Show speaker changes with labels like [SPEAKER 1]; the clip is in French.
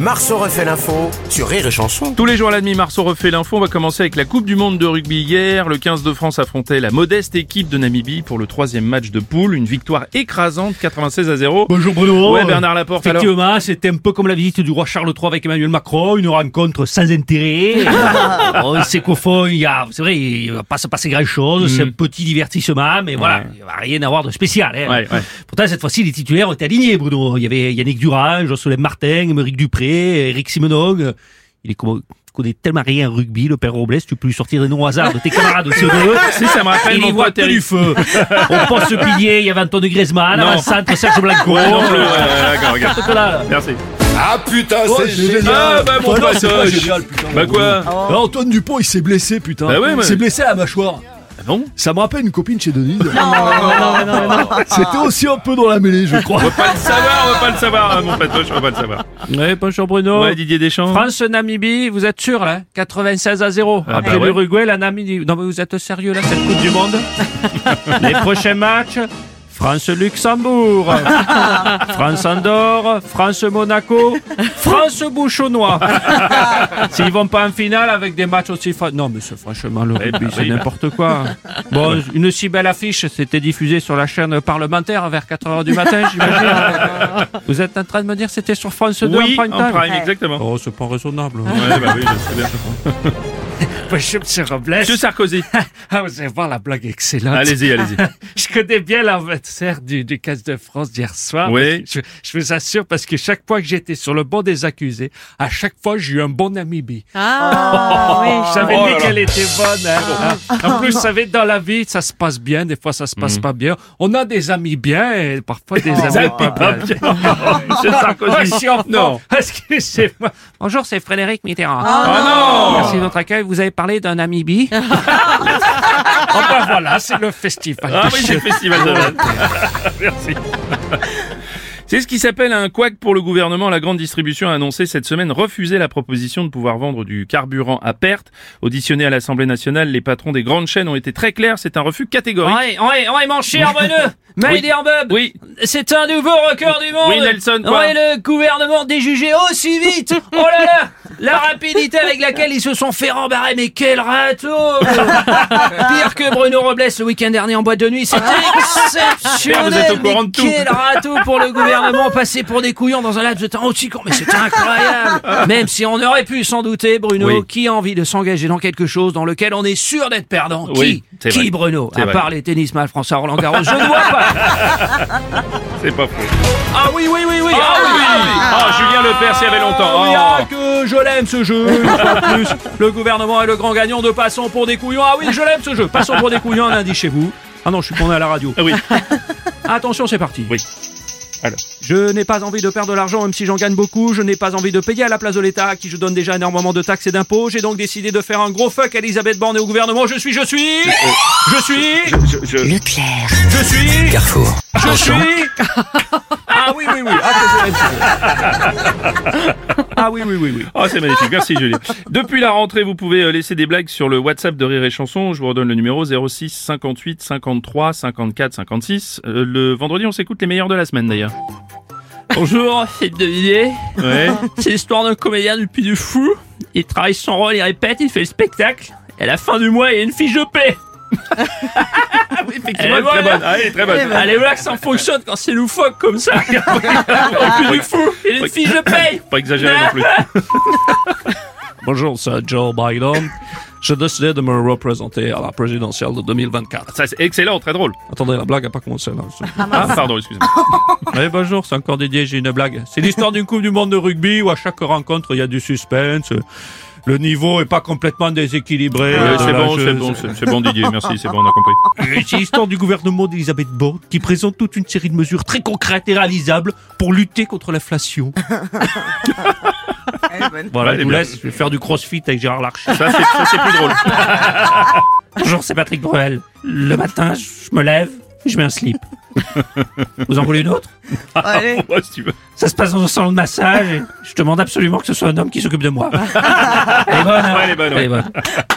[SPEAKER 1] Marceau refait l'info sur Rire et Chanson.
[SPEAKER 2] Tous les jours à la demi, Marceau refait l'info. On va commencer avec la Coupe du Monde de rugby hier. Le 15 de France affrontait la modeste équipe de Namibie pour le troisième match de poule. Une victoire écrasante, 96 à 0.
[SPEAKER 3] Bonjour Bruno.
[SPEAKER 2] Ouais, Bernard Laporte, alors.
[SPEAKER 3] Effectivement, c'était un peu comme la visite du roi Charles III avec Emmanuel Macron, une rencontre sans intérêt. Euh, on sait qu'au fond, il y a, c'est vrai, il va pas se passer grand
[SPEAKER 2] Mm.
[SPEAKER 3] chose, c'est un petit divertissement, mais voilà, il va rien avoir de spécial. hein.
[SPEAKER 2] Ouais, ouais.
[SPEAKER 3] Pourtant, cette fois-ci, les titulaires étaient alignés, Bruno. Il y avait Yannick Durand, Jocelyn Martin, Émeric Dupré, Eric Simonog. Il est comme- connaît tellement rien en rugby, le père Robles, tu peux lui sortir des noms au hasard de tes camarades aussi
[SPEAKER 2] Si, ça me rappelle
[SPEAKER 3] il
[SPEAKER 2] mon
[SPEAKER 3] y voit
[SPEAKER 2] pote
[SPEAKER 3] que du
[SPEAKER 2] Eric.
[SPEAKER 3] feu. Au poste pilier, il y avait Antoine Griezmann,
[SPEAKER 2] Non.
[SPEAKER 3] avant le centre, Serge Blanco.
[SPEAKER 2] Ouais, non plus, ouais, ouais, d'accord, regarde.
[SPEAKER 3] Voilà.
[SPEAKER 2] Merci.
[SPEAKER 4] Ah putain, c'est génial
[SPEAKER 2] Ah, bah, mon
[SPEAKER 4] Bah non, c'est pas
[SPEAKER 2] passage.
[SPEAKER 4] génial, putain.
[SPEAKER 2] Bah, quoi?
[SPEAKER 4] Ah, Antoine Dupont, il s'est blessé, putain.
[SPEAKER 2] Bah ouais,
[SPEAKER 4] il
[SPEAKER 2] mais-
[SPEAKER 4] s'est blessé à la mâchoire.
[SPEAKER 2] bon?
[SPEAKER 4] Ça me rappelle une copine chez Denise. C'était aussi un peu dans la mêlée, je crois.
[SPEAKER 2] On va pas le savoir, on va pas le savoir, hein, mon patoche, on va pas le savoir.
[SPEAKER 5] Ouais, bonjour
[SPEAKER 3] Oh.
[SPEAKER 5] Bruno.
[SPEAKER 2] Ouais, Didier Deschamps.
[SPEAKER 5] France-Namibie, vous êtes sûr là 96 à 0.
[SPEAKER 2] Ah,
[SPEAKER 5] Après
[SPEAKER 2] bah ouais.
[SPEAKER 5] l'Uruguay, la Namibie. Non mais vous êtes sérieux là, cette Coupe du Monde Les prochains matchs France-Luxembourg, France-Andorre, France-Monaco, France-Bouchonnois. S'ils vont pas en finale avec des matchs aussi... fa- Non mais c'est franchement le
[SPEAKER 2] Eh
[SPEAKER 5] rugby,
[SPEAKER 2] bah
[SPEAKER 5] c'est
[SPEAKER 2] oui.
[SPEAKER 5] n'importe quoi. Bon, une si belle affiche, c'était diffusé sur la chaîne parlementaire vers 4h du matin, j'imagine. vous êtes en train de me dire que c'était sur France 2
[SPEAKER 2] Oui,
[SPEAKER 5] en prime time
[SPEAKER 2] exactement.
[SPEAKER 5] Oh, c'est pas raisonnable.
[SPEAKER 2] Ouais, bah oui, je sais bien.
[SPEAKER 5] Monsieur, monsieur Robles.
[SPEAKER 2] Monsieur Sarkozy.
[SPEAKER 5] Ah, vous allez voir la blague excellente.
[SPEAKER 2] Allez-y, allez-y.
[SPEAKER 5] Je connais bien l'adversaire du, du casse de France d'hier soir.
[SPEAKER 2] Oui.
[SPEAKER 5] Je, je vous assure, parce que chaque fois que j'étais sur le banc des accusés, à chaque fois, j'ai eu un bon Namibie.
[SPEAKER 6] Ah oui.
[SPEAKER 5] Je savais
[SPEAKER 2] Oh
[SPEAKER 5] dès
[SPEAKER 2] là là.
[SPEAKER 5] qu'elle était bonne. hein. En plus, vous savez, dans la vie, ça se passe bien, des fois, ça se
[SPEAKER 2] Mhm.
[SPEAKER 5] passe pas bien. On a des amis bien et parfois des amis pas bien. Ah,
[SPEAKER 2] Monsieur Oh. Sarkozy.
[SPEAKER 5] Non. Excusez-moi. Bonjour, c'est Frédéric Mitterrand.
[SPEAKER 2] Ah non!
[SPEAKER 5] Merci de votre accueil. Vous avez parlé d'un Namibie. Ah ben voilà, c'est le festival.
[SPEAKER 2] Ah
[SPEAKER 5] du
[SPEAKER 2] oui,
[SPEAKER 5] chien.
[SPEAKER 2] c'est le festival de Rennes. Merci. C'est ce qui s'appelle un couac pour le gouvernement. La grande distribution a annoncé cette semaine refuser la proposition de pouvoir vendre du carburant à perte. Auditionnés à l'Assemblée nationale, les patrons des grandes chaînes ont été très clairs. C'est un refus catégorique.
[SPEAKER 5] Ouais, ouais, ouais, mon cher Bruno, Made
[SPEAKER 2] Oui.
[SPEAKER 5] in Bob,
[SPEAKER 2] Oui,
[SPEAKER 5] c'est un nouveau record du monde.
[SPEAKER 2] Oui, Nelson, quoi
[SPEAKER 5] Ouais, le gouvernement déjugé aussi vite. Oh là là, la rapidité avec laquelle ils se sont fait rembarrer, mais quel râteau. Pire que Bruno Robles le week-end dernier en boîte de nuit, c'était exceptionnel.
[SPEAKER 2] Vous êtes au courant
[SPEAKER 5] mais
[SPEAKER 2] de tout.
[SPEAKER 5] Quel râteau pour le gouvernement passé pour des couillons dans un laps de temps aussi court, mais c'était incroyable. Même si on aurait pu s'en douter, Bruno,
[SPEAKER 2] Oui.
[SPEAKER 5] qui a envie de s'engager dans quelque chose dans lequel on est sûr d'être perdant
[SPEAKER 2] Oui, c'est
[SPEAKER 5] Qui Qui
[SPEAKER 2] vrai.
[SPEAKER 5] Bruno
[SPEAKER 2] C'est
[SPEAKER 5] À
[SPEAKER 2] vrai.
[SPEAKER 5] part les tennisman français à Roland Garros, je ne vois pas.
[SPEAKER 2] c'est pas faux.
[SPEAKER 5] Ah oui, oui, oui, oui.
[SPEAKER 2] Ah oui Ah, Julien Lepers, il y avait longtemps.
[SPEAKER 5] oui,
[SPEAKER 2] Ah.
[SPEAKER 5] ah, que je l'aime ce jeu. Une fois de plus, le gouvernement est le grand gagnant de Passons pour des couillons. Ah oui, je l'aime ce jeu. Passons pour des couillons, un indice chez vous. Ah non, je suis qu'on à la radio.
[SPEAKER 2] Ah oui.
[SPEAKER 5] Attention, c'est parti.
[SPEAKER 2] Oui. Alors.
[SPEAKER 5] Je n'ai pas envie de perdre de l'argent, même si j'en gagne beaucoup. Je n'ai pas envie de payer à la place de l'État, à qui je donne déjà énormément de taxes et d'impôts. J'ai donc décidé de faire un gros fuck à Elisabeth Borne et au gouvernement. Je suis, je suis,
[SPEAKER 2] Euh,
[SPEAKER 5] je suis,
[SPEAKER 6] Leclerc.
[SPEAKER 5] je suis,
[SPEAKER 1] Carrefour.
[SPEAKER 5] je suis. Ah oui, oui, oui. Ah, que je l'aime, ce jeu. Ah oui, oui, oui, oui.
[SPEAKER 2] Ah, c'est magnifique. Merci, Julien. Depuis la rentrée, vous pouvez euh, laisser des blagues sur le WhatsApp de Rire et Chanson. Je vous redonne le numéro 06 58 53 54 56. Euh, le vendredi, on s'écoute les meilleurs de la semaine, d'ailleurs.
[SPEAKER 5] Bonjour, Philippe Devilliers.
[SPEAKER 2] Ouais.
[SPEAKER 5] C'est l'histoire d'un comédien du Puy du Fou. Il travaille son rôle, il répète, il fait le spectacle. Et à la fin du mois, il y a une fiche de paix.
[SPEAKER 2] Effectivement,
[SPEAKER 5] Eh
[SPEAKER 2] elle est très
[SPEAKER 5] voilà.
[SPEAKER 2] bonne. Ah, elle est très bonne.
[SPEAKER 5] Allez voir que ça fonctionne quand c'est loufoque comme ça. Au Puy du Fou, il y a une fiche de paix.
[SPEAKER 2] Pas exagéré non plus.
[SPEAKER 5] Bonjour, c'est Joe Biden. J'ai décidé de me représenter à la présidentielle de 2024.
[SPEAKER 2] Ça, c'est excellent, très drôle.
[SPEAKER 5] Attendez, la blague n'a pas commencé là.
[SPEAKER 2] Ah, pardon, excusez-moi.
[SPEAKER 5] Oui, bonjour, c'est encore Didier, j'ai une blague. C'est l'histoire d'une Coupe du Monde de rugby où à chaque rencontre, il y a du suspense. Le niveau est pas complètement déséquilibré.
[SPEAKER 2] Euh,
[SPEAKER 5] Dans
[SPEAKER 2] c'est
[SPEAKER 5] la
[SPEAKER 2] bon,
[SPEAKER 5] jeu-
[SPEAKER 2] c'est bon, c'est c'est bon, Didier. Merci, c'est bon, on a compris.
[SPEAKER 5] Et C'est l'histoire du gouvernement d'Elisabeth Borne qui présente toute une série de mesures très concrètes et réalisables pour lutter contre l'inflation. voilà,
[SPEAKER 2] Ouais,
[SPEAKER 5] je vous
[SPEAKER 2] bien.
[SPEAKER 5] laisse, je vais faire du crossfit avec Gérard Larcher.
[SPEAKER 2] Ça, c'est- ça, c'est plus drôle.
[SPEAKER 5] Bonjour, c'est Patrick Bruel. Le matin, je me lève, je mets un slip.
[SPEAKER 3] Vous en voulez une autre
[SPEAKER 7] Allez.
[SPEAKER 2] Moi, si tu veux.
[SPEAKER 3] Ça se passe dans un salon de massage et je demande absolument que ce soit un homme qui s'occupe de moi. Elle est bonne, hein
[SPEAKER 2] Ouais, elle est bonne, ouais.
[SPEAKER 3] Elle est bonne.